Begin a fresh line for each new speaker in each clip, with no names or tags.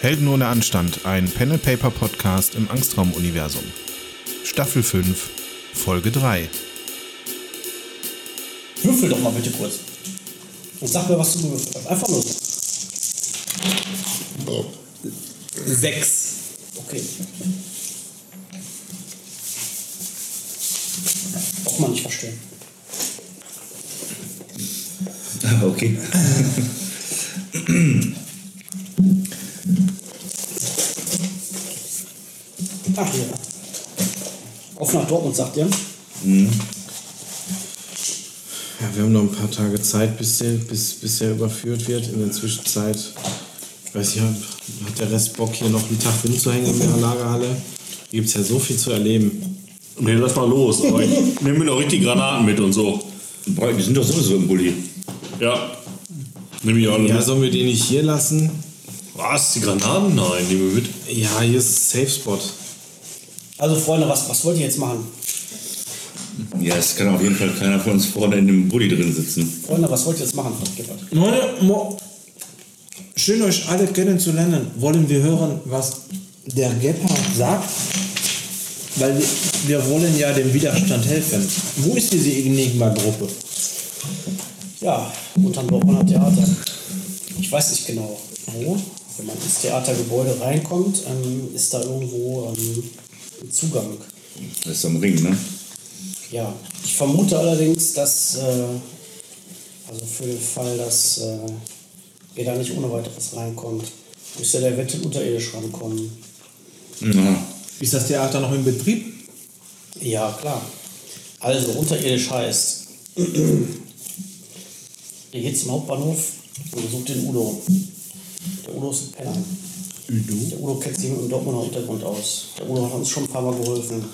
Helden ohne Anstand, ein Panel Paper Podcast im Angstraum-Universum. Staffel 5, Folge 3.
Würfel doch mal bitte kurz. Und sag mir, was du gewürfelt hast. Einfach nur. so. Sechs. Okay. Braucht man nicht verstehen.
Okay.
Ach hier. Auf nach Dortmund, sagt ihr.
Ja, wir haben noch ein paar Tage Zeit, bis der, bis, bis der überführt wird. In der Zwischenzeit, weiß ich, hab- hat der Rest Bock, hier noch einen Tag rumzuhängen in der Lagerhalle. Hier gibt es ja so viel zu erleben.
Nee, lass mal los. Aber ich nehme mir noch richtig Granaten mit und so.
Boah, die sind doch sowieso im Bulli.
Ja. Nehme ich alle
Ja,
mit.
sollen wir den nicht hier lassen?
Was? Die Granaten? Nein, nehmen wir mit.
Ja, hier ist Safe Spot.
Also Freunde, was, was wollt ihr jetzt machen?
Ja, es kann auf jeden Fall keiner von uns vorne in dem Bulli drin sitzen.
Freunde, was wollt ihr jetzt machen? Giffert?
Leute, mo- schön euch alle kennenzulernen. Wollen wir hören, was der Gepard sagt? Weil wir- wir wollen ja dem Widerstand helfen. Wo ist diese Enigma-Gruppe?
Ja, unterm Dortmunder Theater. Ich weiß nicht genau wo. Wenn man ins Theatergebäude reinkommt, ähm, ist da irgendwo ähm, ein Zugang.
Das ist am Ring, ne?
Ja, ich vermute allerdings, dass, äh, also für den Fall, dass äh, ihr da nicht ohne weiteres reinkommt, müsste der Wette unterirdisch rankommen.
Ja.
Ist das Theater noch in Betrieb?
Ja, klar. Also, unterirdisch heißt, ihr geht zum Hauptbahnhof und besucht den Udo. Der Udo ist ein Penner. Der Udo kennt sich mit dem Dortmunder Untergrund aus. Der Udo hat uns schon ein paar Mal geholfen.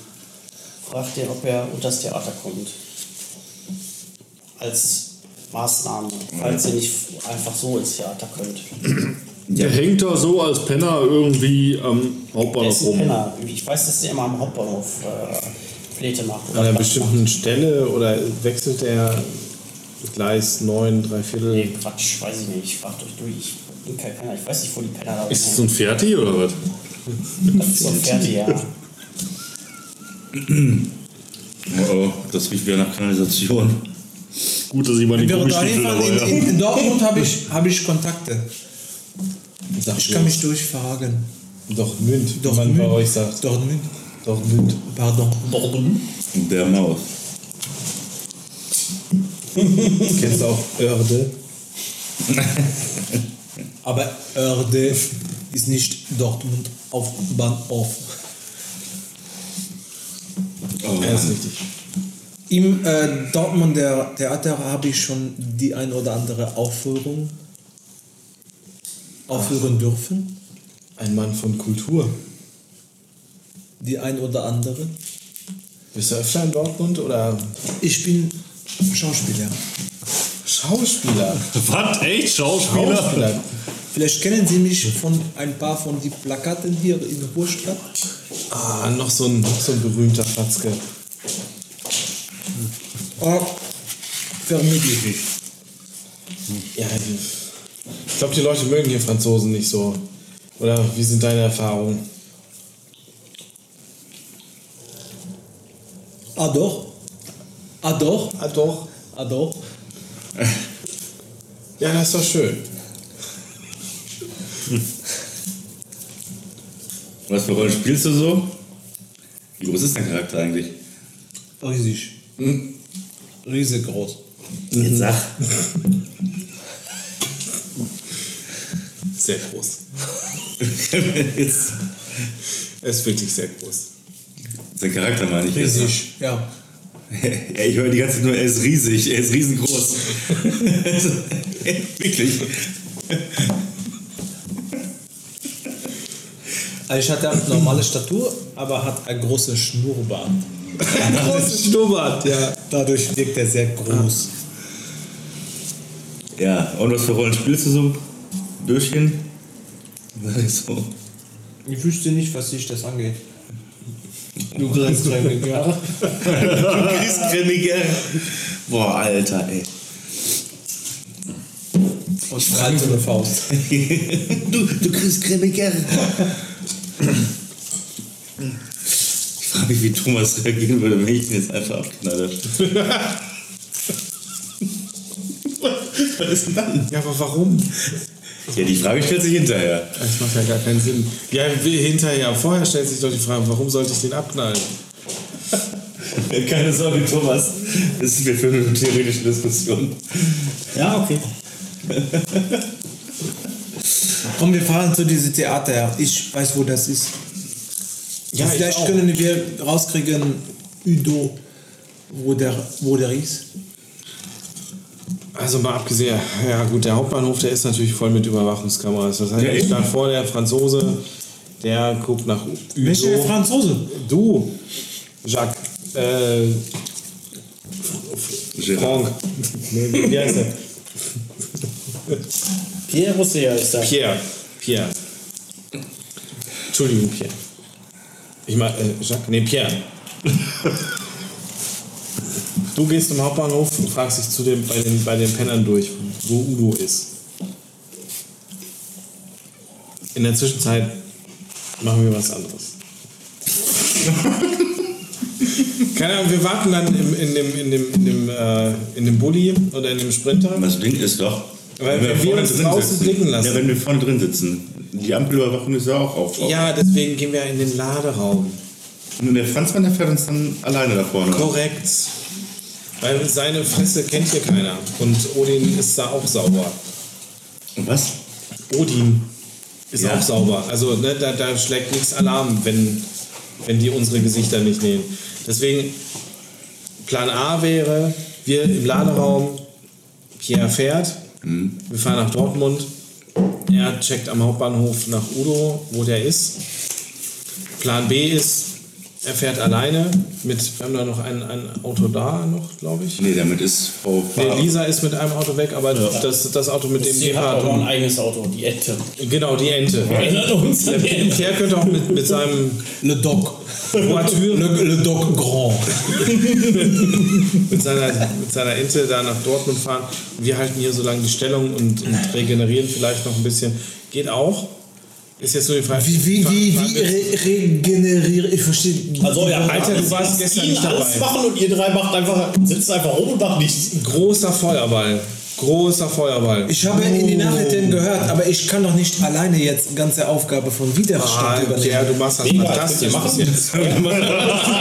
Fragt ihr, ob er unter das Theater kommt. Als Maßnahme, falls ihr nicht einfach so ins Theater könnt.
Ja.
Der hängt da so als Penner irgendwie am
Er ist
Hauptbahnhof
ein
rum.
Penner. Ich weiß, dass er immer am Hauptbahnhof äh, Flete macht. oder
An einer
Platz
bestimmten Stelle oder wechselt er Gleis 9, 3 Viertel?
Nee, Quatsch, weiß ich nicht. Ich frag euch durch. Ich bin kein Penner. Ich weiß nicht, wo die Penner da
Ist
sind.
das so ein Ferti oder was?
Das ist so ein Pferd, ja.
Oh, oh, das riecht wieder nach Kanalisation.
Gut, dass ich mal die Gummistiefel dabei habe.
in, in Dortmund habe ich, hab ich Kontakte. Ich kann mich durchfragen.
Doch Münd, wie man bei euch sagt.
Dortmund.
Doch Münd.
Pardon.
Der Maus.
Kennst du auch Örde?
Aber Erde ist nicht Dortmund auf Bahnhof.
Oh,
Ja, ist richtig.
Im äh, Dortmunder Theater habe ich schon die ein oder andere Aufführung aufführen dürfen.
Ein Mann von Kultur.
Die ein oder andere.
Bist du öfter in Dortmund oder
Ich bin Schauspieler.
Schauspieler?
Was? Echt? Schauspieler?
Schauspieler.
Vielleicht kennen Sie mich von ein paar von den Plakaten hier in der Ruhrstadt.
Ah, noch so ein, noch so ein berühmter Fatzke.
Oh, vermisse ich.
Ja, ich glaube, die Leute mögen hier Franzosen nicht so. Oder wie sind deine Erfahrungen?
Ah doch. Ah doch.
Ah, doch.
Ah doch.
Ja, das ist doch schön.
Was für Rollen spielst du so? Wie groß ist dein Charakter eigentlich?
Riesig. Hm? Riesig groß. Mhm.
Jetzt sag.
Sehr groß.
Jetzt.
Er ist wirklich sehr groß.
Sein Charakter meine ich. jetzt. ne?
Riesig, ja.
Ja, ich höre die ganze Zeit nur, er ist riesig, er ist riesengroß. Wirklich.
Also Ich hatte eine normale Statur, aber hat einen großen Schnurrbart. Einen großen Schnurrbart, ja. Dadurch wirkt er sehr groß.
Ja, und was für Rollen spielst du so? Also, Bürschchen? So.
Ah. Ich wüsste nicht, was dich das angeht. Du grinst rein, ja.
Grießcremiger. Boah, Alter, ey.
Und strahlt so eine Faust.
Du, du kriegst Krimiker. Ich frage mich, wie Thomas reagieren würde, wenn ich ihn jetzt einfach abknalle. Was ist denn dann?
Ja, aber warum?
Ja, die Frage stellt sich hinterher.
Das macht ja gar keinen Sinn. Ja, wie- hinterher, vorher stellt sich doch die Frage, warum sollte ich den abknallen?
Keine Sorge, Thomas. Das ist wir für eine theoretische Diskussion.
Ja, okay.
Komm, wir fahren zu diesem Theater. Ich weiß, wo das ist. Ja,
ich
Vielleicht
auch.
können wir rauskriegen, Udo, wo der, wo der ist.
Also mal abgesehen, ja gut, der Hauptbahnhof, der ist natürlich voll mit Überwachungskameras. Das heißt,
Ja,
ich
eben.
stand vor der Franzose, der guckt nach
Welcher
Udo.
Franzose?
Du, Jacques, äh, Franck, nee, wie heißt der?
Pierre Rousseau ist da.
Pierre, Pierre. Entschuldigung, Pierre. Ich meine, äh, Jacques, nee, Pierre. Du gehst zum Hauptbahnhof und fragst dich zu dem, bei, den, bei den Pennern durch, wo Udo ist. In der Zwischenzeit machen wir was anderes. Keine Ahnung, wir warten dann im, in, dem, in, dem, in, dem, äh, in dem Bulli oder in dem Sprinter.
Das Ding ist doch.
Weil wir uns draußen blicken lassen.
Ja, wenn wir vorne drin sitzen. Die Ampelüberwachung ist ja auch auf.
Ja, deswegen gehen wir in den Laderaum.
Und der Franzmann, der fährt uns dann alleine da vorne.
Korrekt. Weil seine Fresse kennt hier keiner. Und Odin ist da auch sauber.
Und was?
Odin ist
Ja.
auch sauber. Also ne, da, da schlägt nichts Alarm, wenn, wenn die unsere Gesichter nicht nehmen. Deswegen, Plan A wäre, wir im Laderaum, Pierre fährt,
Mhm.
wir fahren nach Dortmund, er checkt am Hauptbahnhof nach Udo, wo der ist. Plan B ist, er fährt alleine mit, wir haben da noch ein, ein Auto da noch, glaube ich.
Nee, damit ist Frau
Nee,
Fahr-
Lisa ist mit einem Auto weg, aber das, das Auto mit dem
Sie hat
Gebhardt
auch noch
und
ein eigenes Auto, die Ente.
Genau, die Ente.
Erinnert uns an die Ente.
Pierre könnte auch mit, mit seinem
Le Doc.
Voiture,
Le, Le Doc Grand.
mit seiner, mit seiner Ente da nach Dortmund fahren. Wir halten hier so lange die Stellung und, und regenerieren vielleicht noch ein bisschen. Geht auch. Ist jetzt nur die Frage.
Wie, wie, wie, wie re regeneriert? Ich verstehe.
Also ja,
Alter, du warst gestern nicht dabei.
alles machen und ihr drei macht einfach, sitzt einfach rum und macht nichts.
Großer Feuerball. Großer Feuerball.
Ich habe in den Nachrichten gehört, aber ich kann doch nicht alleine jetzt ganze Aufgabe von Widerstand
Ah,
übernehmen.
Pierre, du machst das
Mega,
fantastisch.
könnt ihr
bis
machen.
jetzt.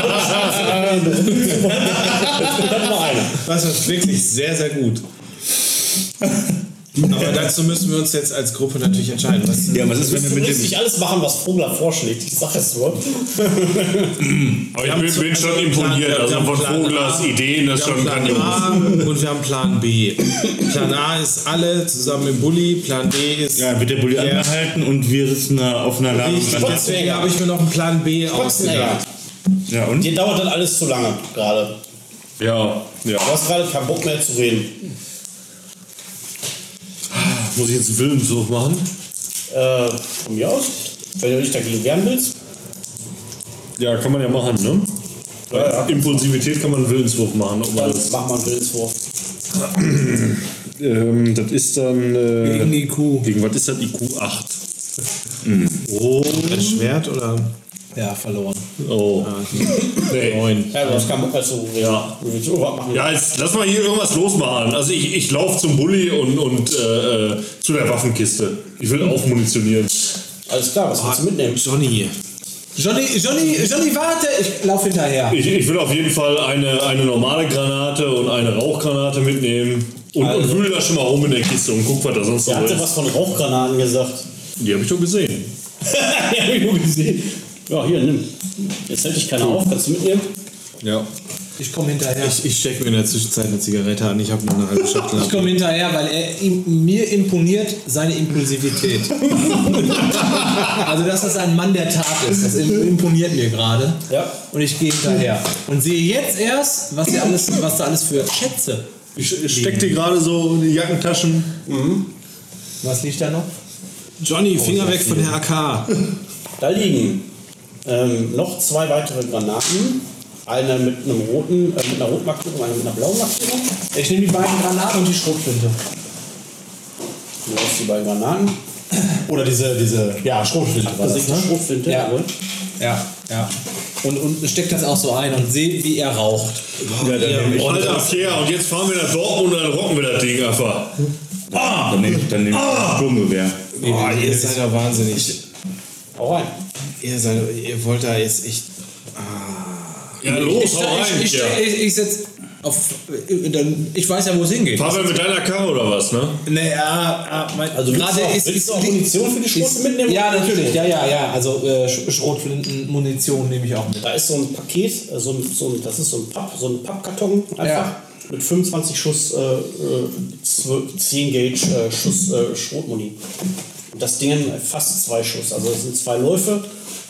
Dann mal einer.
Das ist wirklich sehr, sehr gut. Aber dazu müssen wir uns jetzt als Gruppe natürlich entscheiden. Was,
Ja, was ist, wenn
Du
wir mit
willst
dem.
nicht alles machen, was Vogler vorschlägt. Ich sag es nur.
Aber ich bin, bin schon
Also
imponiert.
wir
Also
haben
von
Plan A,
Voglers Ideen, das ist
wir haben
schon grandios.
Plan A und wir haben Plan B. Plan A ist alle zusammen im Bulli, Plan B ist.
Ja, wird der Bulli
Ja.
angehalten und wir sitzen da auf einer Ladung.
ich, deswegen habe ich mir noch einen Plan B ausgedacht.
Ja, und?
Dir dauert dann alles zu lange gerade.
Ja, ja.
Du hast gerade keinen Bock mehr zu reden.
Muss ich jetzt einen Filmsuch machen?
Äh, von mir aus, wenn du dich dagegen wehren willst.
Ja, kann man ja machen, ne?
Ja, ja.
Impulsivität kann man einen Willenswurf machen. Ob man
Dann
das,
mach mal einen Willenswurf.
ähm, das ist dann. Äh,
Gegen die Kuh.
gegen was ist das? IQ 8.
Ein Schwert oder?
Ja, verloren.
Oh. Nee.
Ja, du hast keinen Bock mehr zu reden.
Ja.
Du willst irgendwas machen.
Ja, jetzt lass mal hier irgendwas losmachen. Also ich, ich laufe zum Bulli und, und äh, äh, zu der Waffenkiste. Ich will aufmunitionieren.
Alles klar, was willst du mitnehmen?
Johnny.
Johnny, Johnny, Johnny, warte! Ich lauf hinterher.
Ich, ich will auf jeden Fall eine, eine normale Granate und eine Rauchgranate mitnehmen. Und, und wühle da schon mal rum in der Kiste und guck, was da sonst
Er
noch
hatte
ist.
was von Rauchgranaten gesagt.
Die habe ich doch gesehen.
ja, hab ich nur gesehen. Ja, hier, nimm. Jetzt hätte ich keine auf. Kannst du mitnehmen?
Ja.
Ich komme hinterher.
Ich, ich stecke mir in der Zwischenzeit eine Zigarette an. Ich habe nur eine halbe Schachtel.
Ich komme hinterher, weil er ihm, mir imponiert seine Impulsivität. also, dass das ein Mann der Tat ist, das im- imponiert mir gerade.
Ja.
Und ich gehe hinterher und sehe jetzt erst, was, hier alles, was da alles für Schätze.
Ich steck dir gerade so in die Jackentaschen.
Mhm. Was liegt da noch? Oh,
Johnny, Finger weg von der AK.
Da liegen ähm, noch zwei weitere Granaten. Eine mit einem roten, äh, mit einer roten Markierung, eine mit einer blauen Markierung.
Ich nehme die beiden Granaten und die Schrotflinte.
Du hast die beiden Granaten.
Oder diese, diese ja, Schrotflinte war das,
Versinkte
ne?
Schrotflinte.
Ja.
jawohl.
Ja, ja. Und, und steckt das auch so ein und seht, wie er raucht.
Ja, dann nehme ich,
Alter, Pierre, oh, und jetzt fahren wir nach Dortmund und dann rocken wir das Ding einfach. Ah!
dann nehme ich, dann nehme ich das Sturmgewehr.
Oh, ihr seid ja wahnsinnig.
Hau rein.
Ihr, seid, ihr wollt da jetzt echt. Ah.
Ja, los, hau rein,
ich, ich,
Pierre.
ich, ich setz auf. äh, Dann, ich weiß ja, wo es hingeht.
Fahren wir mit deiner Karre oder was, ne?
Nee, ja, ja, mein, also gerade ist, ist,
du auch Munition für die Schrotflinte
ist-
mitnehmen?
Ja, natürlich, ja, ja, ja. Also äh, Sch- Schrotflinten, Munition nehme ich auch mit.
Da ist so ein Paket, äh, so ein, so ein, das ist so ein, Papp, so ein Pappkarton einfach
Ja.
mit 25 Schuss, äh, äh, 12 10 Gauge äh, Schuss äh, Schrotmuni. Und das Ding äh, fast zwei Schuss, also es sind zwei Läufe.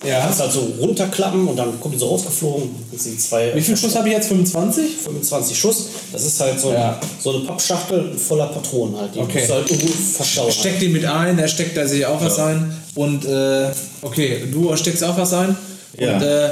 Ja.
Kannst halt so runterklappen und dann kommt die so rausgeflogen. Das sind zwei,
Wie viel Schuss habe ich jetzt? 25?
25 Schuss. Das ist halt so, ein-
Ja.
so eine Pappschachtel voller Patronen halt. Die
Okay.
musst du halt irgendwo verstauen.
Steckt die mit ein, er steckt da sich auch was ein. Und äh, okay, du steckst auch was ein.
Ja.
Und, äh,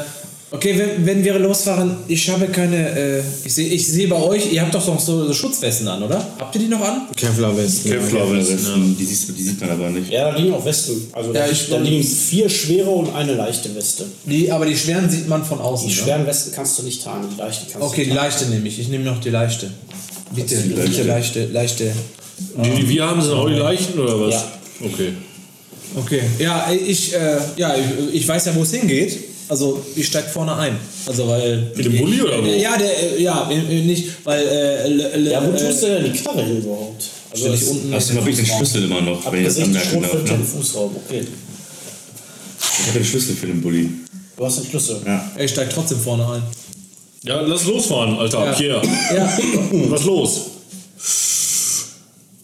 okay, wenn, wenn wir losfahren, ich habe keine. Äh, ich sehe ich sehe bei euch, ihr habt doch noch so, so Schutzwesten an, oder? Habt ihr die noch an?
Kevlar-Westen. ne?
Kevlar-Westen, die, siehst du- die sieht man aber nicht.
Ja, da liegen auch Westen. Also da,
Ja, ich-
da liegen vier schwere und eine leichte Weste.
Die, aber die schweren sieht man von außen.
Die
ne?
schweren Westen kannst du nicht tragen, die leichten kannst
Okay,
du
die leichte nehme ich. Ich nehme noch die leichte. Bitte, bitte, leichte, leichte.
Die, die wir haben, sind auch die Leichen oder was?
Ja.
Okay.
Okay. Ja, ich, äh, ja, ich, ich weiß ja, wo es hingeht. Also ich steig vorne ein. Also weil.
Mit dem Bulli oder wo?
Ja, der, äh, ja, äh, äh, nicht, weil. Äh, l- l-
Ja, wo
äh,
tust du denn die Knarre hin überhaupt? Also
stell ich
es-
unten.
Hast du noch den Schlüssel immer noch, wenn ich das
Abgesicht,
anmerken darf?
Schrotflinte im
Ne?
Fußraum, okay.
Ich habe den Schlüssel für den Bulli.
Du hast den Schlüssel.
Ja.
Ich steig trotzdem vorne ein.
Ja, lass losfahren, Alter,
Ja.
Pierre.
Ja.
Was los?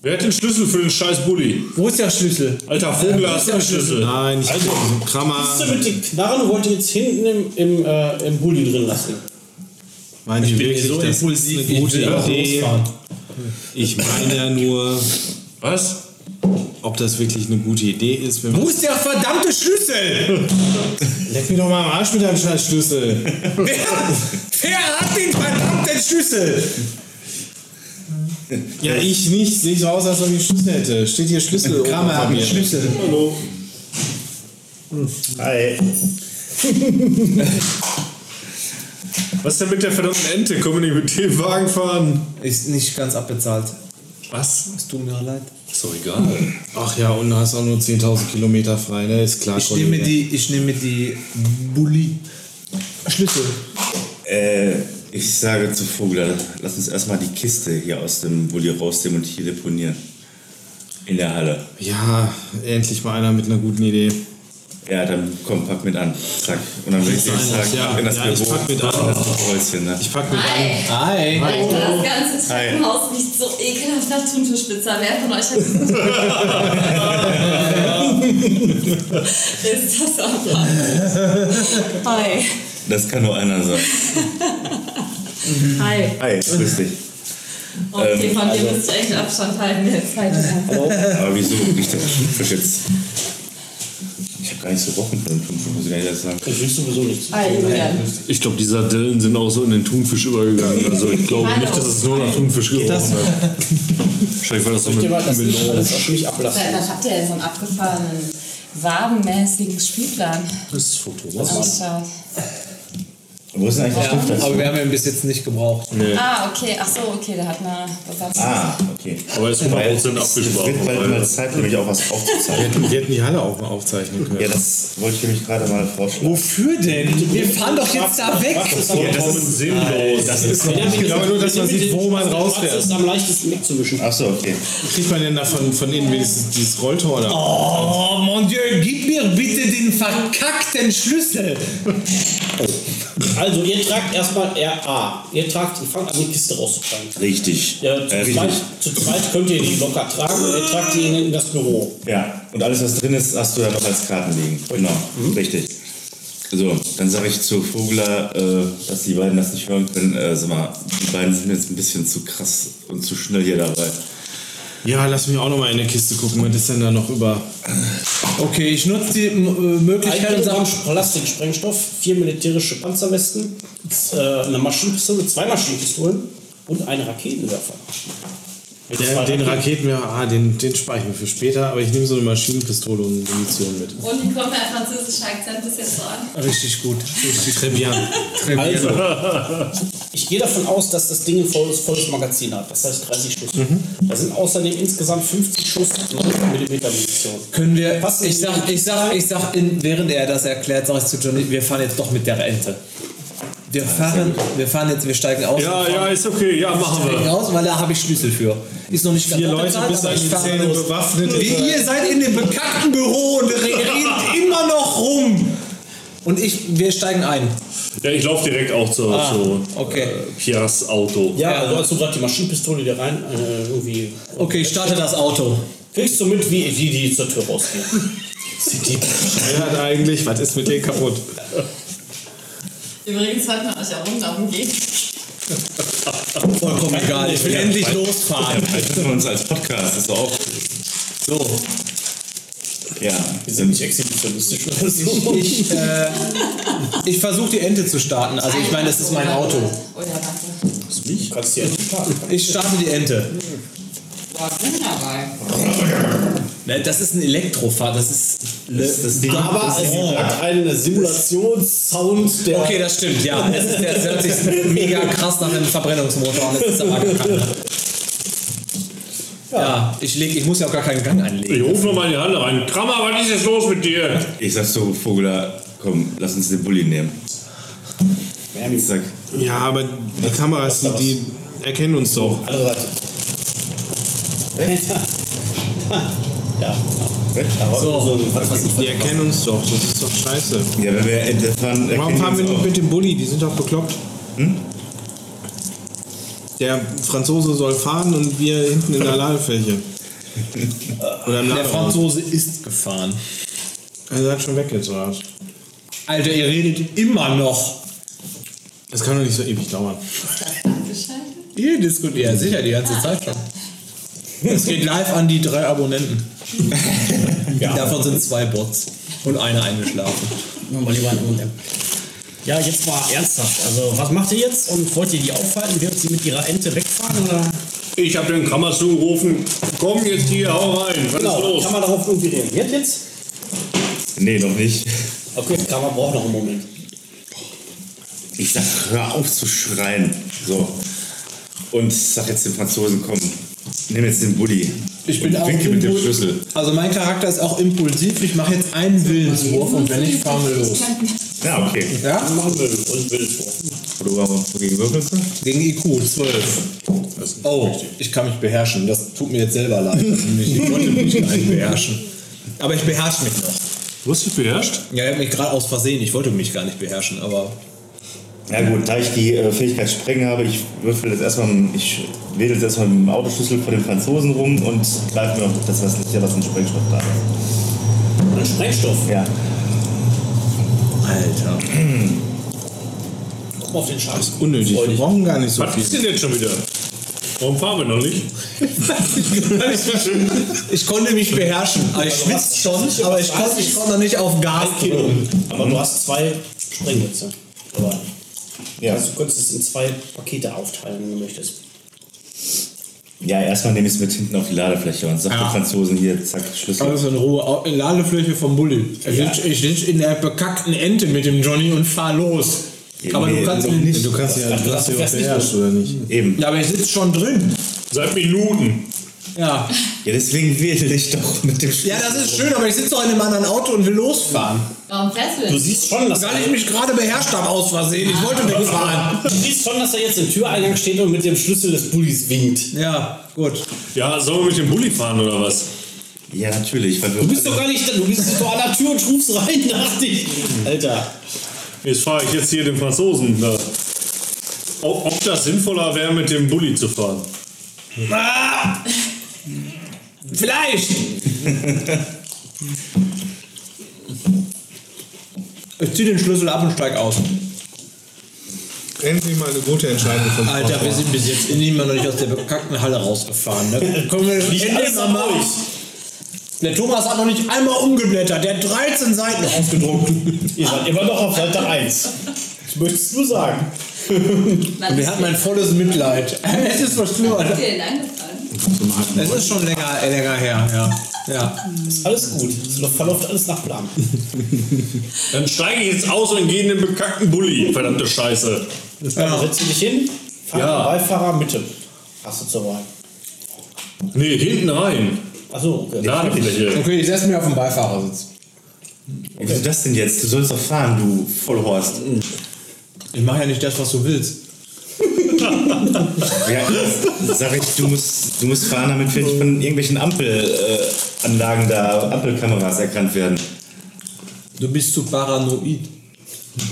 Wer hat den Schlüssel für den scheiß Bulli?
Wo ist der Schlüssel?
Alter, Vogel
Ja,
hast
ist ja
den Schlüssel.
Nein, ich also,
Hast
Krammer.
du mit den Knarren wollte jetzt hinten im, im, äh, im Bulli drin lassen?
Meint ihr wirklich,
so
das
impulsiv,
ist eine gute
ich will auch
Idee?
losfahren.
Ich meine ja nur,
Was?
ob das wirklich eine gute Idee ist, wenn
Wo ist der verdammte Schlüssel?
Leck mich doch mal am Arsch mit deinem Scheißschlüssel.
wer, wer hat den verdammten Schlüssel?
Ja, ich nicht. Sehe so aus, als ob ich einen Schlüssel hätte. Steht hier Schlüssel. Krammer haben hier.
Schlüssel.
Hallo.
Hi.
Was denn mit der verdammten Ente? Können wir nicht mit dem Wagen fahren?
Ist nicht ganz abbezahlt.
Was?
Es tut mir leid.
Ist doch egal.
Ach ja, und du hast auch nur 10.000 Kilometer frei, ne? Ist klar.
Ich nehme
Kollege.
die, ich nehme die Bulli. Schlüssel.
Äh, ich sage zu Vogel, lass uns erstmal die Kiste hier aus dem Bulli rausnehmen und hier deponieren. In der Halle.
Ja, endlich mal einer mit einer guten Idee.
Ja, dann komm, pack mit an. Zack. Und dann würde ich
Nein,
jetzt sagen,
ja,
ab in das
ja, ich
Büro.
pack mit an.
Das ist ein Häuschen, ne?
Ich pack mit
Hi.
Hi.
Alter, das ganze
Hi.
Treppenhaus riecht so ekelhaft nach Thunfischpizza. Wer von euch hat das Ist das aber. Hi.
Das kann nur einer sein.
Hi. also-
Hi, grüß dich.
Okay,
Ähm,
von dem müsst ihr echt Abstand halten jetzt. Halt
Aber wieso riecht der Thunfisch jetzt? Ich habe gar nicht so Wochen von dem Thunfisch, muss ich ehrlich sagen.
Ich will sowieso nichts.
Hi, Julian.
Ich glaube, die Sardellen sind auch so in den Thunfisch übergegangen. Also ich glaube
Hallo.
nicht, dass es nur nach Thunfisch gerochen hat. Wahrscheinlich war das so
Ich
mit
will mal, dass ich
Melone.
alles auf mich ablassen.
Was habt ihr denn so einen abgefahrenen, wabenmäßigen Spielplan?
Das ist Foto, was?
am Start?
Wo ist denn eigentlich der Stift
Aber
dazu?
wir haben ihn bis jetzt nicht gebraucht.
Ah, okay. Ach so, okay, da hat man Besatz.
Ah, okay.
Aber ist 100%
Es wird bald
abgesprochen.
mal Zeit, nämlich auch was aufzuzeichnen.
an. Wir hätten die Halle auch mal aufzeichnen können. Uh.
Ja, das wollte ich nämlich gerade mal vorschlagen.
Wofür denn? Wir fahren doch jetzt da weg.
Vollkommen sinnlos.
Das ist
Ja, ich
glaube nur, dass man sieht, wo man
Das
rausfährt.
ist am leichtesten wegzuwischen.
Achso, okay.
Kriegt man denn da von, von innen wenigstens dieses Rolltor da?
Oh, mon Dieu, gib mir bitte den verkackten Schlüssel.
Also, ihr tragt erstmal RA. Ihr tragt, ihr fangt an, die Kiste rauszutragen.
Richtig.
Ja,
Äh,
zu,
richtig.
zweit, zu zweit könnt ihr die locker tragen. Ihr tragt die in das Büro.
Ja, und alles, was drin ist, hast du ja noch als Karten liegen. Genau, richtig. So, dann sage ich zu Vogler, äh, dass die beiden das nicht hören können. Äh, sag mal, die beiden sind jetzt ein bisschen zu krass und zu schnell hier dabei.
Ja, lass mich auch nochmal in der Kiste gucken, was ist denn da noch über.
Okay, ich nutze die äh, Möglichkeit
Ein
und
Kilogramm
sage,
Plastiksprengstoff, vier militärische Panzerwesten, z- äh, eine Maschinenpistole, zwei Maschinenpistolen und einen Raketenwerfer. Mit
Der,
zwei
den
Raketen.
Raketenwerfer, ah, den, den speichern wir für später, aber ich nehme so eine Maschinenpistole und Munition mit.
Und wie kommt der französische Akzent bis jetzt so an?
Richtig gut. Richtig Trevian.
Also, ich gehe davon aus, dass das Ding ein volles, volles Magazin hat. Das heißt 30 Schuss.
Mhm.
Da sind außerdem insgesamt 50 Schuss 19 Millimeter Munition.
Können wir.
Was
ich
ist-
sag, ich sag, ich sag, in, während er das erklärt, sag ich zu Johnny, wir fahren jetzt doch mit der Ente. Wir fahren, wir fahren jetzt, wir steigen aus.
Ja, ja, ist okay. Ja, machen
Steigen
wir.
aus, weil da habe ich Schlüssel für. Ist noch nicht ganz
Vier Leute
abbezahlt,
bis
aber
an
ich
die
fahr
Zähne
los.
bewaffnet.
Wie, ihr seid in dem bekackten Büro und redet immer noch rum. Und ich, wir steigen ein.
Ja, ich laufe direkt auch zu, zu
okay.
äh, Pias Auto.
Ja,
Ja.
also hast du gerade die Maschinenpistole dir rein, äh, irgendwie.
Okay, ich starte das Auto.
Kriegst du mit, wie wie die zur Tür rausgehen. Sieht die.
Er hat eigentlich, was ist mit dir kaputt?
Übrigens hört man euch ja rum, darum geht's.
Vollkommen egal, ich will endlich losfahren.
Vielleicht treffen wir uns als Podcast, ist doch auch.
So,
Ja.
Wir sind nicht exhibitionistisch oder so.
ich, äh, ich versuche die Ente zu starten. Also ich meine, das ist mein Auto.
Oh
Oder warte.
Du kannst dir starten.
Ich starte die Ente.
Boah, wunderbar.
Ne, Das ist ein Elektrofahrrad. Das ist. Das, das
Aber es hat einen Simulationssound, der.
Okay, das stimmt, ja. Es, ist, es hört sich mega krass nach einem Verbrennungsmotor an. Das ist aber keiner. Ja, ich, leg, ich muss ja auch gar keinen Gang
Ich
anlegen.
rufe nochmal in die Hand rein. Krammer, was ist jetzt los mit dir?
Ich sag so, Vogler, komm, lass uns den Bulli nehmen. Ich sag,
Ja, aber die Kameras, die, die erkennen uns doch.
Alle Seite. Ja. Aber so, was weiß ich,
Die erkennen uns doch. Das ist doch scheiße.
ja, wenn wir Ente fahren,
Warum
erkennen
fahren wir
uns
nicht
auch.
mit dem Bulli? Die sind doch bekloppt.
Hm?
Der Franzose soll fahren und wir hinten in der Ladefläche. Oder im
Der
Laderaum.
Franzose ist gefahren.
Er sagt schon weg jetzt, oder? was?
Alter, ihr redet immer noch.
Das kann doch nicht so ewig dauern.
Abgeschaltet?
Ihr diskutiert. Ja, sicher, die ganze Zeit schon. Es geht live an die drei Abonnenten. Davon sind zwei Bots und einer eingeschlafen.
Machen wir lieber einen M&M. Ja, jetzt mal ernsthaft. Also, was macht ihr jetzt? Und wollt ihr die aufhalten, während sie mit ihrer Ente wegfahren? Oder?
Ich habe den Krammer zugerufen. Komm jetzt hier, hau rein. Was ist
Genau,
los?
kann man darauf irgendwie reagiert jetzt?
Nee, noch nicht.
Okay, kann man braucht noch einen Moment.
Ich sag, hör auf zu schreien. So. Und ich sag jetzt den Franzosen, komm, nimm jetzt den Bulli.
Ich bin
und
auch
winke mit dem
impul-
Schlüssel.
Also mein Charakter ist auch impulsiv. Ich mache jetzt einen Willenswurf und wenn nicht, fahren wir los.
Ja, okay.
Ja?
Machen wir und Wildschwur.
Oder warum gegen Würfelste?
Gegen IQ 12. Oh, ich kann mich beherrschen. Das tut mir jetzt selber leid. dass ich mich- Ich konnte mich gar nicht beherrschen. Aber ich beherrsche mich noch.
Du hast dich beherrscht?
Ja, ich habe mich gerade aus Versehen. Ich wollte mich gar nicht beherrschen, aber
Ja gut, da ich die äh, Fähigkeit Sprengen habe, ich würfel jetzt erstmal, ich wedel jetzt erstmal mit dem Autoschlüssel vor den Franzosen rum und greife mir noch das restliche, was ein Sprengstoff da ist.
Ein Sprengstoff.
Ja.
Alter.
Guck mal auf den Schaden.
Unnötig. Wir brauchen gar nicht so
Was ist
viel.
denn jetzt schon wieder? Warum fahren wir noch nicht?
Ich konnte mich beherrschen. Also ich schwitze schon, aber ich konnte, ich konnte nicht auf Gas drücken.
Aber du hast zwei Sprengnetze. Aber
Ja,
also, du könntest es in zwei Pakete aufteilen, wenn du möchtest.
ja erstmal nehme ich es mit hinten auf die Ladefläche und sag
Ja.
den Franzosen hier, zack, Schlüssel.
Also in Ruhe, au- in Ladefläche vom Bulli. Ich
Ja.
sitze sitz in der bekackten Ente mit dem Johnny und fahr los. Aber
Nee,
du kannst
doch
mich
nicht.
nicht.
Du kannst ja, du hast ja auch
fährst nicht
beherrscht, oder nicht?
Eben.
Ja, aber ich sitze schon drin.
Seit Minuten.
Ja.
Ja, deswegen wedel ich doch mit dem Schlüssel.
ja, das ist schön, aber ich sitze doch in einem anderen Auto und will losfahren.
Warum fährst du
Du
denn?
siehst schon, dass
Weil ich mich gerade beherrscht habe aus Versehen. Ich wollte wegfahren.
du siehst schon, dass er jetzt im Türeingang steht und mit dem Schlüssel des Bullis winkt.
Ja, gut.
Ja, sollen wir mit dem Bulli fahren oder was?
Ja, natürlich. Weil wir
Du bist doch gar nicht da, du bist vor einer Tür und rufst rein nach dich. Alter.
Jetzt fahre ich jetzt hier den Franzosen. Da. Ob, ob das sinnvoller wäre, mit dem Bulli zu fahren?
Ah! Vielleicht! ich zieh den Schlüssel ab und steig aus.
Endlich mal eine gute Entscheidung von
Alter, wir sind bis jetzt immer noch nicht aus der bekackten Halle rausgefahren. Ne? Kommen wir
Liegt
endlich
alles
mal
an
mal-
euch.
Der Thomas hat noch nicht einmal umgeblättert. Der hat 13 Seiten ausgedruckt.
Ihr seid immer noch auf Seite 1. Ich möchte es nur sagen.
Wann
Und er
ist
hat mein volles Mitleid. Es ist was schlimmer.
dir denn angefallen?
Es ist schon länger, länger her, ja. ja.
Ist alles gut. Es lo- verläuft alles nach Plan.
Dann steige ich jetzt aus und gehe in den bekackten Bulli. Verdammte Scheiße.
Dann Also setzt du dich hin, Fahr
Ja.
Beifahrer, Mitte. Hast du zur Wahl.
Nee, hinten rein.
Achso, okay.
Ladefläche.
Okay, ich setze mich auf den Beifahrersitz.
Ey, Wieso das denn jetzt? Du sollst doch fahren, du Vollhorst.
Ich mache ja nicht das, was du willst.
Ja, sag ich, du musst, du musst fahren, damit wir nicht von irgendwelchen Ampelanlagen da, Ampelkameras erkannt werden.
Du bist zu paranoid.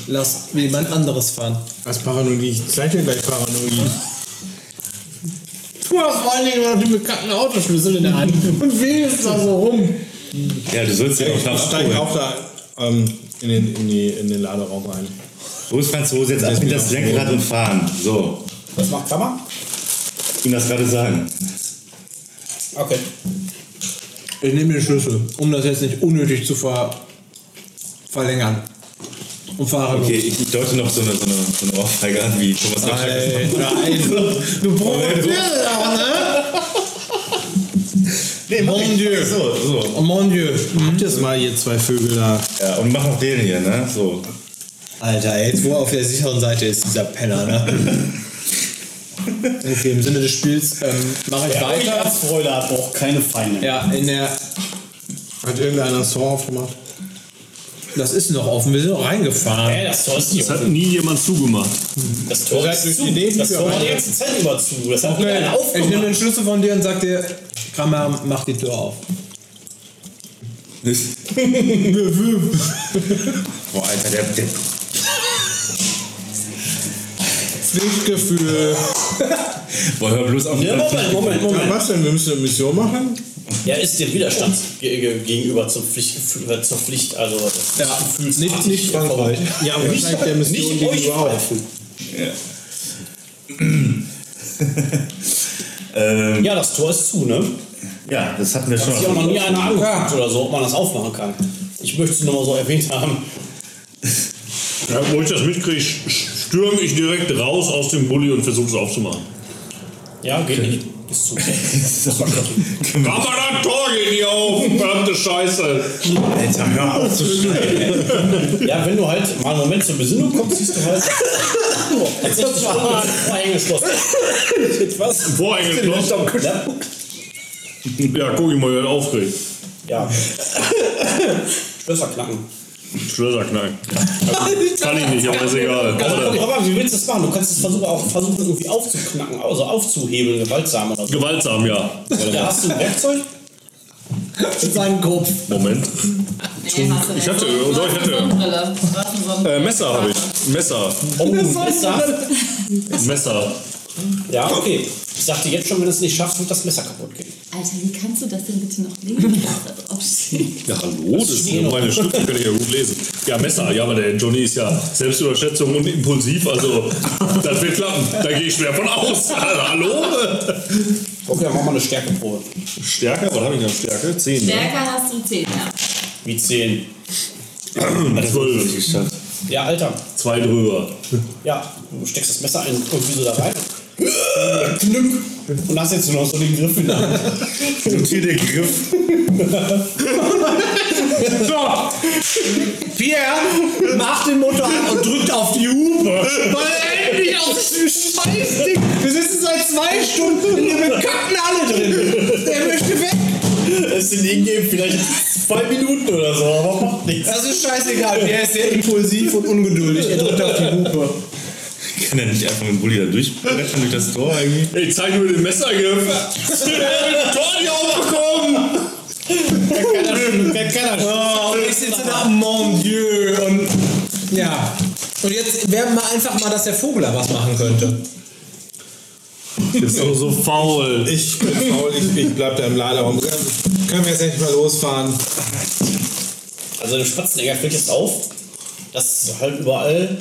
Lass jemand anderes fahren.
Was Paranoid? Ich zeig dir gleich Paranoid.
Du hast vor allen Dingen immer noch die bekackten Autoschlüssel in der Hand und wählst da so rum.
Ja, du sollst ja auch
Ich
noch
steige
abholen.
auch da ähm, in, den, in, die, in den Laderaum ein.
Wo ist Franzose jetzt ab mit das Lenkrad und fahren? So,
Was macht Kammer?
ihm das gerade sagen.
Okay.
Ich nehme den Schlüssel, um das jetzt nicht unnötig zu ver verlängern. Und fahre
Okay, ich, ich deute noch so eine, so eine, so eine Ohrfeige an, wie Thomas Gottschalk.
Du provozierst auch, ne?
Nee, mach
Mon Dieu.
ich. So, so.
Oh mon Dieu.
Habt ihr es mal, ihr zwei Vögel da?
Ja, und mach noch den hier, ne? So.
Alter, jetzt wo er auf der sicheren Seite ist, dieser Penner, ne? Okay, im Sinne des Spiels ähm, mache ich
Wer euch
weiter.
als Freude hat, braucht keine Feinde.
Ja, in der.
Hat irgendeiner das Tor aufgemacht?
Das ist noch offen, wir sind noch reingefahren.
Ey, das Tor ist nicht
Das hat nie jemand zugemacht.
Das Tor
seid
ist
durch
zu.
die Nebentür
das Tor war die
rein.
ganze Zeit über zu. Das hat okay. einer
Ich nehme
aufgemacht.
den Schlüssel von dir und sag dir, Kramer, mach die Tür auf.
Boah, Alter, der, der
Pflichtgefühl.
Boah, hör bloß auf.
Ja, Moment, Moment,
Ja,
Moment.
was denn? Wir müssen eine Mission machen?
Ja, ist dem Widerstand ge ge gegenüber zum Pflichtgefühl, äh, zur Pflicht, also das
Ja,
Gefühls-
Nicht, nicht Frankreich.
Ja, aber nicht,
wahrscheinlich der Mission
nicht euch
gegenüber auch.
greifen.
ähm,
Ja, das Tor ist zu, ne?
ja, das hatten wir schon.
Hat sich auch noch nie einer angeguckt oder so, ob man das aufmachen kann. Ich möchte es nur mal so erwähnt haben.
Ja, wo ich das mitkriege, sch- stürme ich direkt raus aus dem Bulli und versuche es aufzumachen.
Ja, geht nicht. Ist zu.
Kamerad, Tor geht nicht auf! Verdammte Scheiße!
Alter, hör auf zu schreien.
ja, wenn du halt mal einen Moment zur Besinnung kommst, siehst du halt. Tatsächlich eingeschlossen. Was?
Vorhängeschloss?
Ja.
Ja, guck ich mal, wer aufregt.
ja. Schlösser knacken.
Schlösser knacken. Kann ich nicht, aber ist egal.
Also, guck
Oder
mal, wie willst du das machen? Du kannst es versuchen, auch versuchen, irgendwie aufzuknacken, also aufzuhebeln, gewaltsam oder so.
Gewaltsam, ja.
Da hast du ein Werkzeug?
Sein Kopf.
Moment.
Nee, hast du
Ich
nicht.
hatte-
Du
doch, ich
hast eine
hatte.
Sonnenbrille. Du hast eine Sonnenbrille.
Äh, Messer habe ich. Messer.
Oh, Messer?
Messer.
Ja, okay. Ich sagte jetzt schon, wenn du es nicht schaffst, wird das Messer kaputt gehen.
Alter, wie kannst du das denn bitte noch lesen? Das aufstehen.
Ja, hallo, das ist nur meine Schrift, die kann ich ja gut lesen. Ja, Messer, ja, aber der Johnny ist ja Selbstüberschätzung und impulsiv, also das wird klappen. Da gehe ich schwer von aus. Also, hallo?
Okay, dann machen wir eine Stärkeprobe.
Stärke, was habe ich denn Stärke? 10, ne?
Stärker hast du 10, ja.
Wie 10.
12.
geschafft.
Ja, Alter.
Zwei drüber.
Ja, du steckst das Messer ein, irgendwie so da rein. Knüpp. Und hast jetzt nur noch so den Griff in der Hand.
Und hier der Griff.
Pierre macht den Motor an und drückt auf die Hupe. Weil er endlich aus diesem Scheißding. Wir sitzen seit zwei Stunden in der bekackten Halle drin. Der möchte weg.
Es sind irgendwie vielleicht zwei Minuten oder so, aber macht nichts.
Das ist scheißegal. Er ist sehr impulsiv und ungeduldig. Er drückt auf die Hupe.
Kann er nicht einfach mit dem Bulli da durchbrettern durch das Tor irgendwie?
Ey, zeig mir den Messergriff. Ich will den Tor nicht aufbekommen.
Wer kann das?
Oh, und ich sitze da, mon Dieu. Und ja. Und jetzt werden wir einfach mal, dass der Vogler was machen könnte.
Ist doch so faul.
Ich bin faul, ich, ich bleib da im Laderaum. Können können wir jetzt endlich mal losfahren?
Also dem Spatzenegger fällt jetzt auf, dass halt überall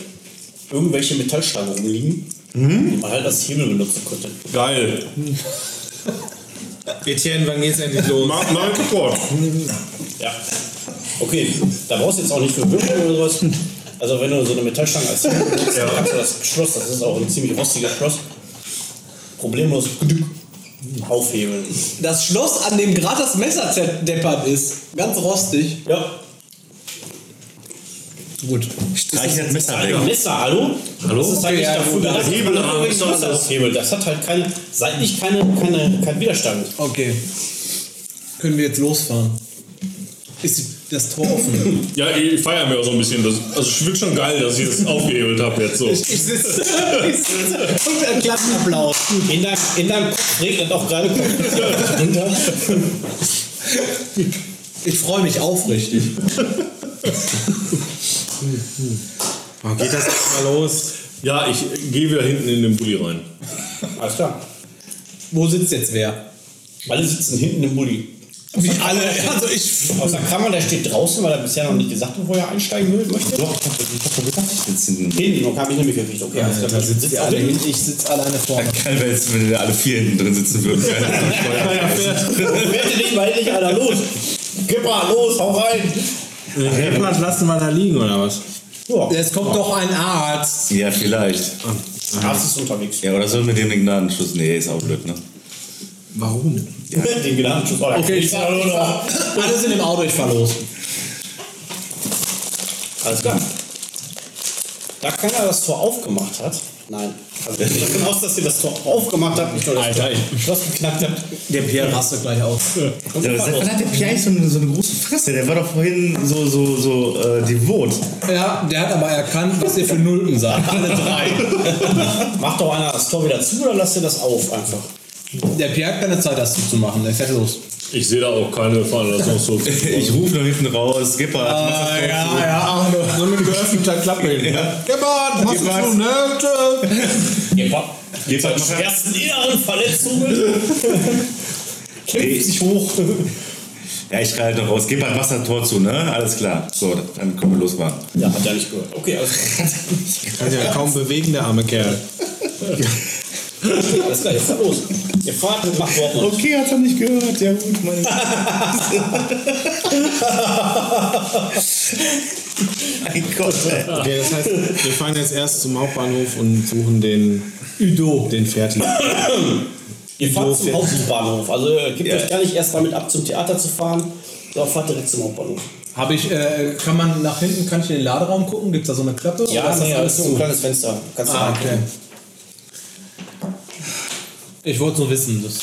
irgendwelche Metallstangen rumliegen,
Mhm.
die man halt als Hebel benutzen könnte.
Geil.
Etienne, wann geht's endlich los?
Mach mal einen Rekord.
Ja. Okay, da brauchst du jetzt auch nicht für Würfel oder sowas. Also wenn du so eine Metallstange als Hebel benutzt, dann kannst du das Schloss, das ist auch ein ziemlich rostiges Schloss, problemlos aufhebeln.
Das Schloss, an dem gerade das Messer zerdeppert ist. Ganz rostig.
Ja.
Gut.
Streich das Messer weg.
Messer, hallo?
Hallo?
Das ist halt nicht
ja,
dafür
gut,
da,
aber
dass
Hebel
man
haben,
irgendwie
sondern
Messer aushebelt. Das hat halt keine, seitlich keine, keine, keinen Widerstand.
Okay. Können wir jetzt losfahren? Ist die- das Tor offen?
Ja, eh, ich feiere mir auch so ein bisschen. Das, also ich finde schon geil, dass ich das aufgehebelt habe jetzt so.
Ich sitze. Ich sitze. Und ein Klassenapplaus.
In deinem, in deinem Kopf regnet auch gerade runter.
Ich freue mich aufrichtig.
Warum geht das nicht mal los?
Ja, ich gehe wieder hinten in den Bulli rein.
Alles klar.
Wo sitzt jetzt wer?
Alle sitzen hinten im Bulli.
Wie alle. Also ich.
Aus der Kammer, der steht draußen, weil er bisher noch nicht gesagt hat, wo er einsteigen will, möchte.
Doch, ich hab, ich hab doch gesagt, ich sitze hinten.
Hinten, noch habe ich nämlich gekriegt. Okay, alles klar.
Da sitzen
Sitzt
wir alle hin. Ich sitze alleine vorne.
Geil wäre jetzt, wenn wir alle vier hinten drin sitzen würden. Keine Ahnung, Feuer.
Wette dich mal endlich einer los. Gib mal los, hau rein.
Den Heppert lassen wir da liegen oder was?
Ja,
Jetzt kommt doch ein Arzt.
ja, vielleicht.
Arzt ist unterwegs.
Ja, oder sollen wir dem den Gnadenschluss? Nee, ist auch blöd, ne?
Warum?
Den Gedankenschutz. Oh,
Okay, ich fahr
oder?
Alle sind im Auto, ich fahr los.
Alles klar. Da keiner das Tor aufgemacht hat. Nein. Also ich gehe davon aus, dass ihr das Tor aufgemacht habt, nicht nur das Tor Schloss geknackt habt.
Der Pierre rastet gleich aus.
Und
Ja,
wir
aber
fahren
seit
los.
wann hat der Pierre so eine, so eine große Fresse? Der war doch vorhin so, so, so äh, devot.
Ja, der hat aber erkannt, was ihr für Nulpen sagt. Alle drei.
Macht doch einer das Tor wieder zu oder lasst ihr das auf einfach?
Der Pierre hat keine Zeit, das zuzumachen. Der fährt los.
Ich sehe da auch keine Veranlassung so.
Ich rufe noch hinten raus, Skipper. Ah,
ja, Arno.
So mit geöffneter Klappe hin.
Gebhardt, machst
Gebhardt.
du, ne?
Gepard.
Jetzt hat man
Ersten inneren Verletzungen. Kämpft sich hoch.
Ja, ich schreie halt noch raus. Gib mal Wassertor zu, ne? Alles klar. So, dann können wir losfahren.
Ja, hat er nicht gehört. Okay, also- alles klar.
Kann sich ja kaum bewegen, der arme Kerl.
Alles klar, jetzt fahr los. Ihr fahrt und macht Worte.
Okay, hat er nicht gehört. Ja, gut, mein. mein Gott, ey.
Okay, das heißt, wir fahren jetzt erst zum Hauptbahnhof und suchen den Udo, den Fertig.
Ihr fahrt zum
Insofern-
Hauptbahnhof. Also äh, gebt
Ja.
euch gar nicht erst damit ab, zum Theater zu fahren, sondern fahrt direkt zum Hauptbahnhof.
Hab ich, äh, kann man nach hinten, kann ich in den Laderaum gucken? Gibt's da so eine Klappe?
Ja,
Oder
das nee, ist so ein
zu?
kleines Fenster. Kannst du
Ah, okay.
reingucken.
Ich wollte nur wissen. Das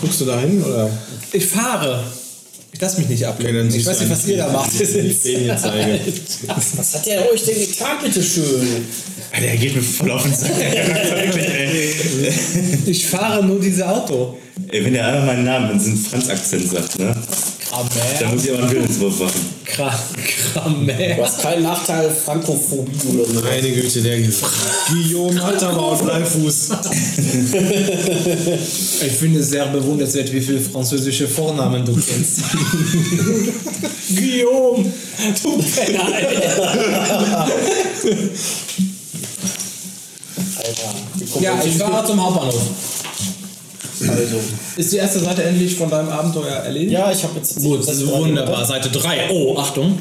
Guckst du da hin oder?
ich fahre. Ich lass mich nicht ablenken. ich weiß nicht, was ihr da macht.
zeige.
Was hat der euch denn getan, bitteschön?
Alter, er geht mir voll auf den Sack. Wirklich, ey.
Ich fahre nur dieses Auto.
ey. Wenn der einmal meinen Namen in so einen Franz-Akzent sagt, ne? Dann
Kramer.
muss ich aber einen Bildungswurf machen.
Kra
Du
Kramer.
hast keinen Nachteil, Frankophobie oder so.
Meine Güte, der Guillaume hat aber auch einen Fuß.
Ich finde es sehr bewundernswert, wie viele französische Vornamen du kennst. Guillaume. Du Penner,
Alter.
Ja, ich fahre zum Hauptbahnhof.
also.
Ist die erste Seite endlich von deinem Abenteuer erledigt?
Ja, ich habe jetzt.
Gut, das ist wunderbar. Seite 3. Oh, Achtung.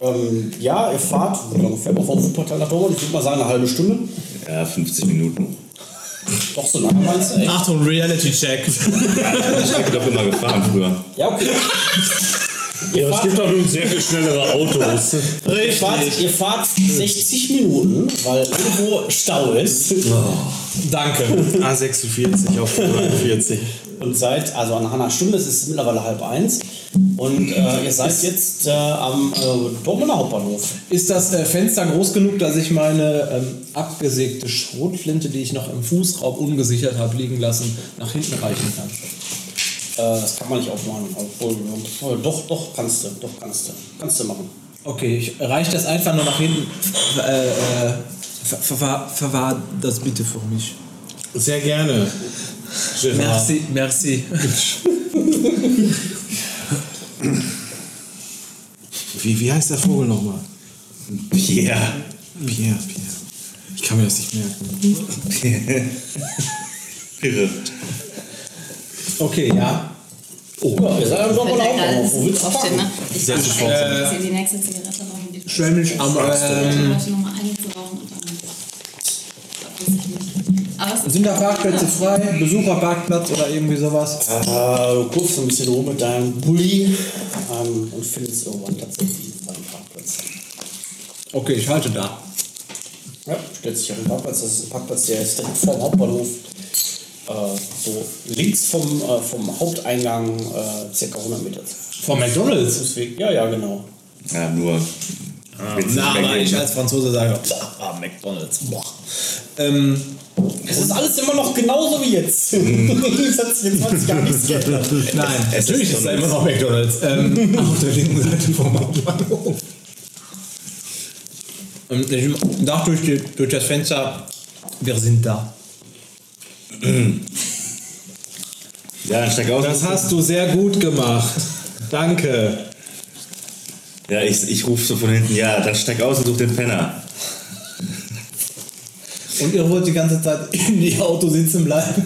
Ähm, ja, ihr fahrt wie lange fährt man vom Wuppertal nach Dortmund? Ich würde mal sagen, eine halbe Stunde.
Ja, 50 Minuten.
Doch so lange meinst du? Echt?
Achtung, Reality Check.
Ich bin doch immer gefahren früher.
Ja, okay. ihr,
Es
fahrt,
gibt doch nun sehr viel schnellere Autos.
ihr, fahrt, ihr fahrt 60 Minuten, weil irgendwo Stau ist.
Danke.
A46 auf 43.
Und seid, also nach einer Stunde, es ist mittlerweile halb eins. Und äh, ihr seid jetzt äh, am äh, Dortmunder Hauptbahnhof.
Ist das äh, Fenster groß genug, dass ich meine ähm, abgesägte Schrotflinte, die ich noch im Fußraum ungesichert habe liegen lassen, nach hinten reichen kann?
Äh, das kann man nicht aufmachen. Obwohl, äh, doch, doch, kannst du. Doch, kannst du. Kannst du machen.
Okay, ich reiche das einfach nur nach hinten. Äh, äh, ver ver verwahr das bitte für mich.
Sehr gerne. Gerard.
Merci, merci.
Wie, wie heißt der Vogel nochmal?
Pierre.
Pierre, Pierre. Ich kann mir das nicht merken.
Irre.
Okay, ja.
Oh,
Ja, ihr seid
Oh,
am Dortmunder
genau.
Hauptbahnhof. Wo willst du
Aufstehen,
fahren?
ne? Ich
Sehr
sag,
sofort.
ich zieh die nächste Zigarette rauchen. Die
Schwämisch am.
Ich
Ähm,
wollte nochmal eine zu rauchen und dann.
Aber es
Sind da Parkplätze frei? Besucherparkplatz oder irgendwie sowas?
Äh, du guckst so ein bisschen rum mit deinem Bulli ähm, und findest irgendwann tatsächlich einen Parkplatz.
Okay, ich halte da.
Ja, stellt sich auf den Parkplatz. Das ist ein Parkplatz, der ist direkt vorm Hauptbahnhof. Äh, so links vom, äh, vom Haupteingang, äh, circa 100 Meter.
Von McDonalds?
Fußweg. Ja, ja, genau.
Ja, nur. Witz
Na,
nicht
aber ich
weggehen.
als Franzose sage, ah, McDonalds. Boah. Ähm,
Es ist alles immer noch genauso wie jetzt. das hat sich in 20 Jahren nichts geändert.
Hm. nein, natürlich ist da immer noch McDonalds. Ähm, auf der linken Seite vom Hauptbahnhof. Und Ähm, ich dachte durch, die, durch das Fenster, wir sind da.
Ja, dann steig aus.
Das hast du sehr gut gemacht. Danke.
Ja, ich, ich rufe so von hinten, ja, dann steig aus und such den Penner.
Und ihr wollt die ganze Zeit in die Auto sitzen bleiben.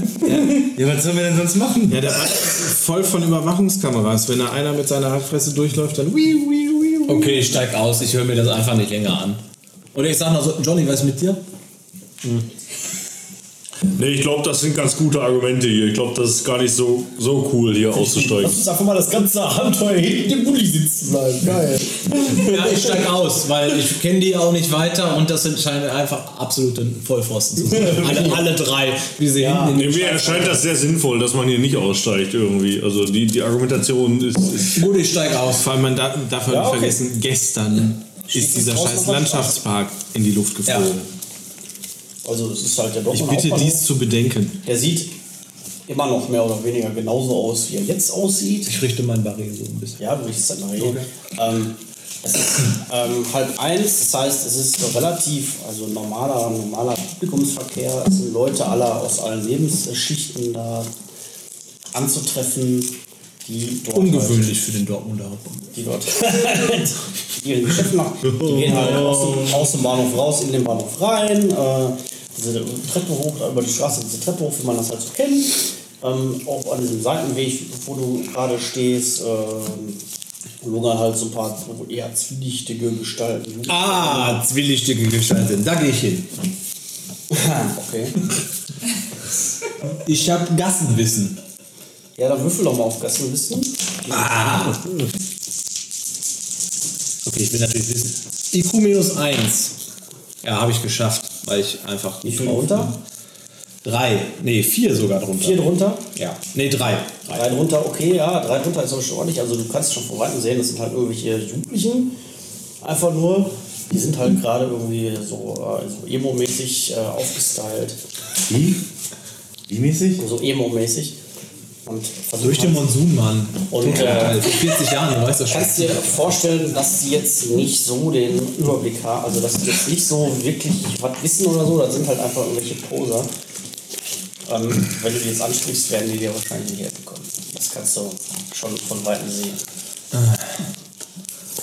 Ja, was sollen wir denn sonst machen?
Ja, der Wald ist voll von Überwachungskameras. Wenn da einer mit seiner Hackfresse durchläuft, dann wie, wie, wie, wie.
Okay, ich steig aus, ich höre mir das einfach nicht länger an. Oder ich sag noch so, Johnny, was ist mit dir?
Nee, ich glaube, das sind ganz gute Argumente hier. Ich glaube, das ist gar nicht so, so cool, hier auszusteigen.
Lass uns einfach mal das ganze Abenteuer hinten im Bulli sitzen bleiben. Geil.
Ja, ich steig aus, weil ich kenne die auch nicht weiter und das sind scheinen einfach absolute Vollpfosten zu sein. Alle, alle drei, wie sie hinten in
Mir erscheint das sehr sinnvoll, dass man hier nicht aussteigt irgendwie. Also die, die Argumentation ist, ist
Gut, ich steig aus.
Vor allem, man da- darf ja
Ja,
nicht
okay.
vergessen, gestern ist dieser
draußen
scheiß
noch was
Landschaftspark in die Luft geflogen.
Also es ist halt der
Ich
Dortmund
bitte
Hauptbahnhof.
dies zu bedenken.
Der sieht immer noch mehr oder weniger genauso aus, wie er jetzt aussieht.
Ich richte mein Barriere so ein bisschen.
Ja, du riechst halt nach Regen. Ähm, es ist ähm, halb eins, das heißt, es ist so relativ, also normaler, normaler Publikumsverkehr. Es sind Leute aller aus allen Lebensschichten da anzutreffen, die dort halt
Ungewöhnlich für den Dortmunder Hauptbahnhof.
die dort ihren Geschäft machen. Die gehen halt aus dem, aus dem Bahnhof raus, in den Bahnhof rein, äh, diese Treppe hoch, da über die Straße, diese Treppe hoch, wie man das halt so kennt. Ähm, auch an diesem Seitenweg, wo du gerade stehst, ähm, lungern halt so ein paar eher zwielichtige Gestalten.
Ah, zwielichtige Gestalten, da gehe ich hin.
Okay.
Ich habe Gassenwissen.
Ja, dann würfel doch mal auf Gassenwissen.
Ah. Okay, ich will natürlich wissen. IQ minus 1. Ja, habe ich geschafft, weil ich einfach.
Wie viel runter?
Drei. Nee, vier sogar drunter.
Vier drunter?
Ja. Nee, drei.
Drei drunter, okay, ja, drei drunter ist aber schon ordentlich. Also du kannst schon von Weitem sehen, das sind halt irgendwelche Jugendlichen. Einfach nur, die sind halt gerade irgendwie so, äh, so emo-mäßig äh, aufgestylt.
Wie? Wie mäßig?
So emo-mäßig. Und versuchen
Durch den
halt-
Monsun, Mann.
Und äh,
Vor 40 Jahren, also du weißt das
kannst
schon.
dir vorstellen, dass sie jetzt nicht so den Überblick haben, also dass sie jetzt nicht so wirklich was wissen oder so, das sind halt einfach irgendwelche Poser. Ähm, wenn du die jetzt ansprichst, werden die dir wahrscheinlich nicht helfen können. Das kannst du schon von Weitem sehen.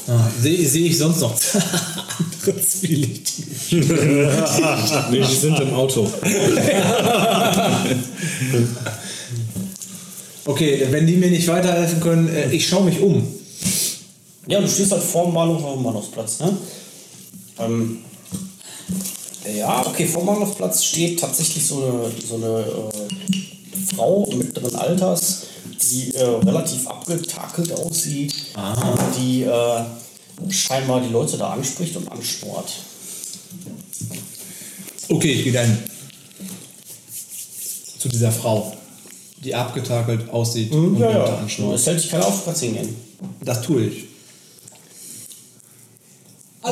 Ah, Sehe seh ich sonst noch andere zwielichtige.
Nee, die sind im Auto.
Okay, wenn die mir nicht weiterhelfen können, äh, ich schaue mich um.
Ja, du stehst halt vorm Bahnhof auf dem Bahnhofsplatz, ne? Ähm, ja, okay, vorm Bahnhofsplatz steht tatsächlich so eine, so eine äh, Frau mittleren Alters, die äh, relativ abgetakelt aussieht, und die äh, scheinbar die Leute da anspricht und ansport.
Okay, ich gehe dann zu dieser Frau, die abgetakelt aussieht und
Mhm, Ja,
Leute
ja,
anschnurrt.
es hält sich keiner auf spazieren gehen.
Das tue ich.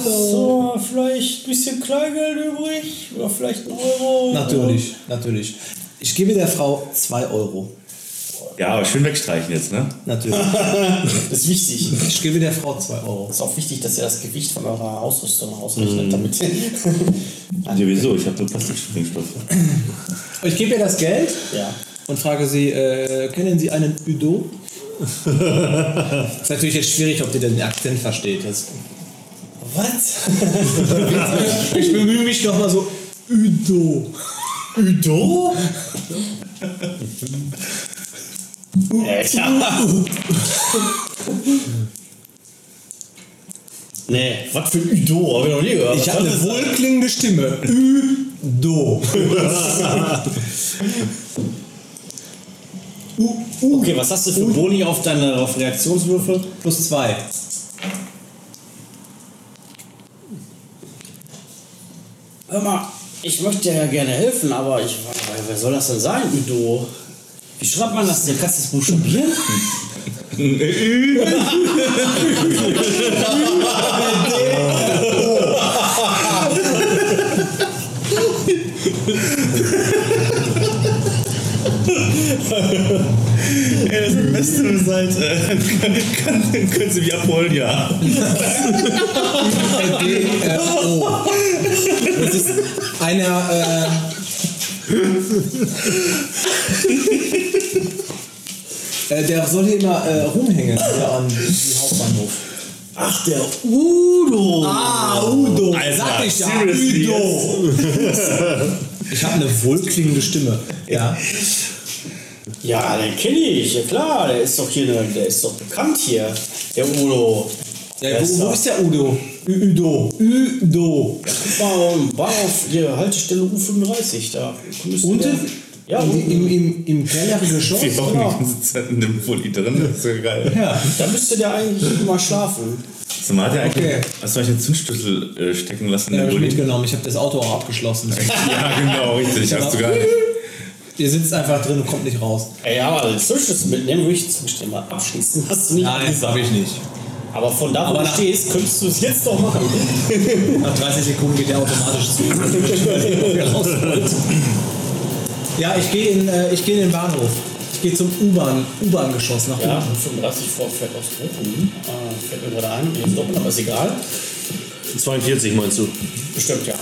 So, vielleicht ein bisschen Kleingeld übrig oder vielleicht ein Euro.
Natürlich, natürlich. Ich gebe der Frau 2 Euro.
Ja, aber schön wegstreichen jetzt, ne?
Natürlich.
Das ist wichtig.
Ich gebe der Frau 2 Euro.
ist auch wichtig, dass ihr das Gewicht von eurer Ausrüstung ausrechnet, damit.
Ja, Also wieso? Ich habe nur Plastikspringstoff.
Ich gebe ihr das Geld
ja.
und frage sie, äh, kennen Sie einen Udo? ist natürlich jetzt schwierig, ob die den Akzent versteht. Das
Was?
ich bemühe mich nochmal so, Udo. Udo?
Nee, was für ein Udo, hab ich noch nie gehört.
Ich habe eine wohlklingende Stimme. Udo. Do.
Okay, was hast du für Boni auf deine auf Reaktionswürfe?
Plus zwei.
Hör mal, ich möchte dir ja gerne helfen, aber ich, wer soll das denn sein, Udo? Wie schreibt man das denn? Kannst du das buchstabieren?
Ey, das ist das Beste seid. Kann, kann, können Sie mich abholen, ja.
D-R-O. Das ist einer. Äh, äh, der soll hier immer äh, rumhängen, hier am Hauptbahnhof.
Ach, der Udo!
Ah, Udo, sag ich ja, Udo. Ich habe eine wohlklingende Stimme. Ja.
Ja, den kenne ich, ja klar, der ist doch hier, ne- der ist doch bekannt hier, der Udo.
ja
ist
wo, wo
da.
ist der Udo? Ü- Udo. Udo.
Baum, Baum auf der Haltestelle U35 da. müsste
Unten?
Der, ja,
Im,
unten.
im, im, im Kellerischen Geschoss?
Wir brauchen
Ja.
die ganze Zeit in dem Pulli drin. Das ist ja geil.
Ja.
da müsste der eigentlich mal schlafen.
Sag mal, hat der eigentlich.
Okay.
Hast du euch den Zündschlüssel äh, stecken lassen in
Ja,
den
hab ich
Pulli?
mitgenommen. Ich habe das Auto auch abgeschlossen.
Ja, genau, richtig. Hast du gar nicht.
Ihr sitzt einfach drin und kommt nicht raus.
Ey, ja, aber den Zündschlüssel mitnehmen würde ich zugestehen, mal abschließen hast du nicht.
habe ich nicht.
Aber von da, wo
Aber
du
nach-
stehst, könntest du es jetzt doch machen.
Nach 30 Sekunden geht der automatisch zu. Wer raus wollte. ja, ich gehe in, äh, ich geh in den Bahnhof. Ich gehe zum U-Bahn- U-Bahn-Geschoss nach
Ja,
unten.
35 vor fährt aus Bochum. Äh, fällt mir gerade ein, die ist doppelt, aber ist egal.
42 meinst du?
Bestimmt, ja.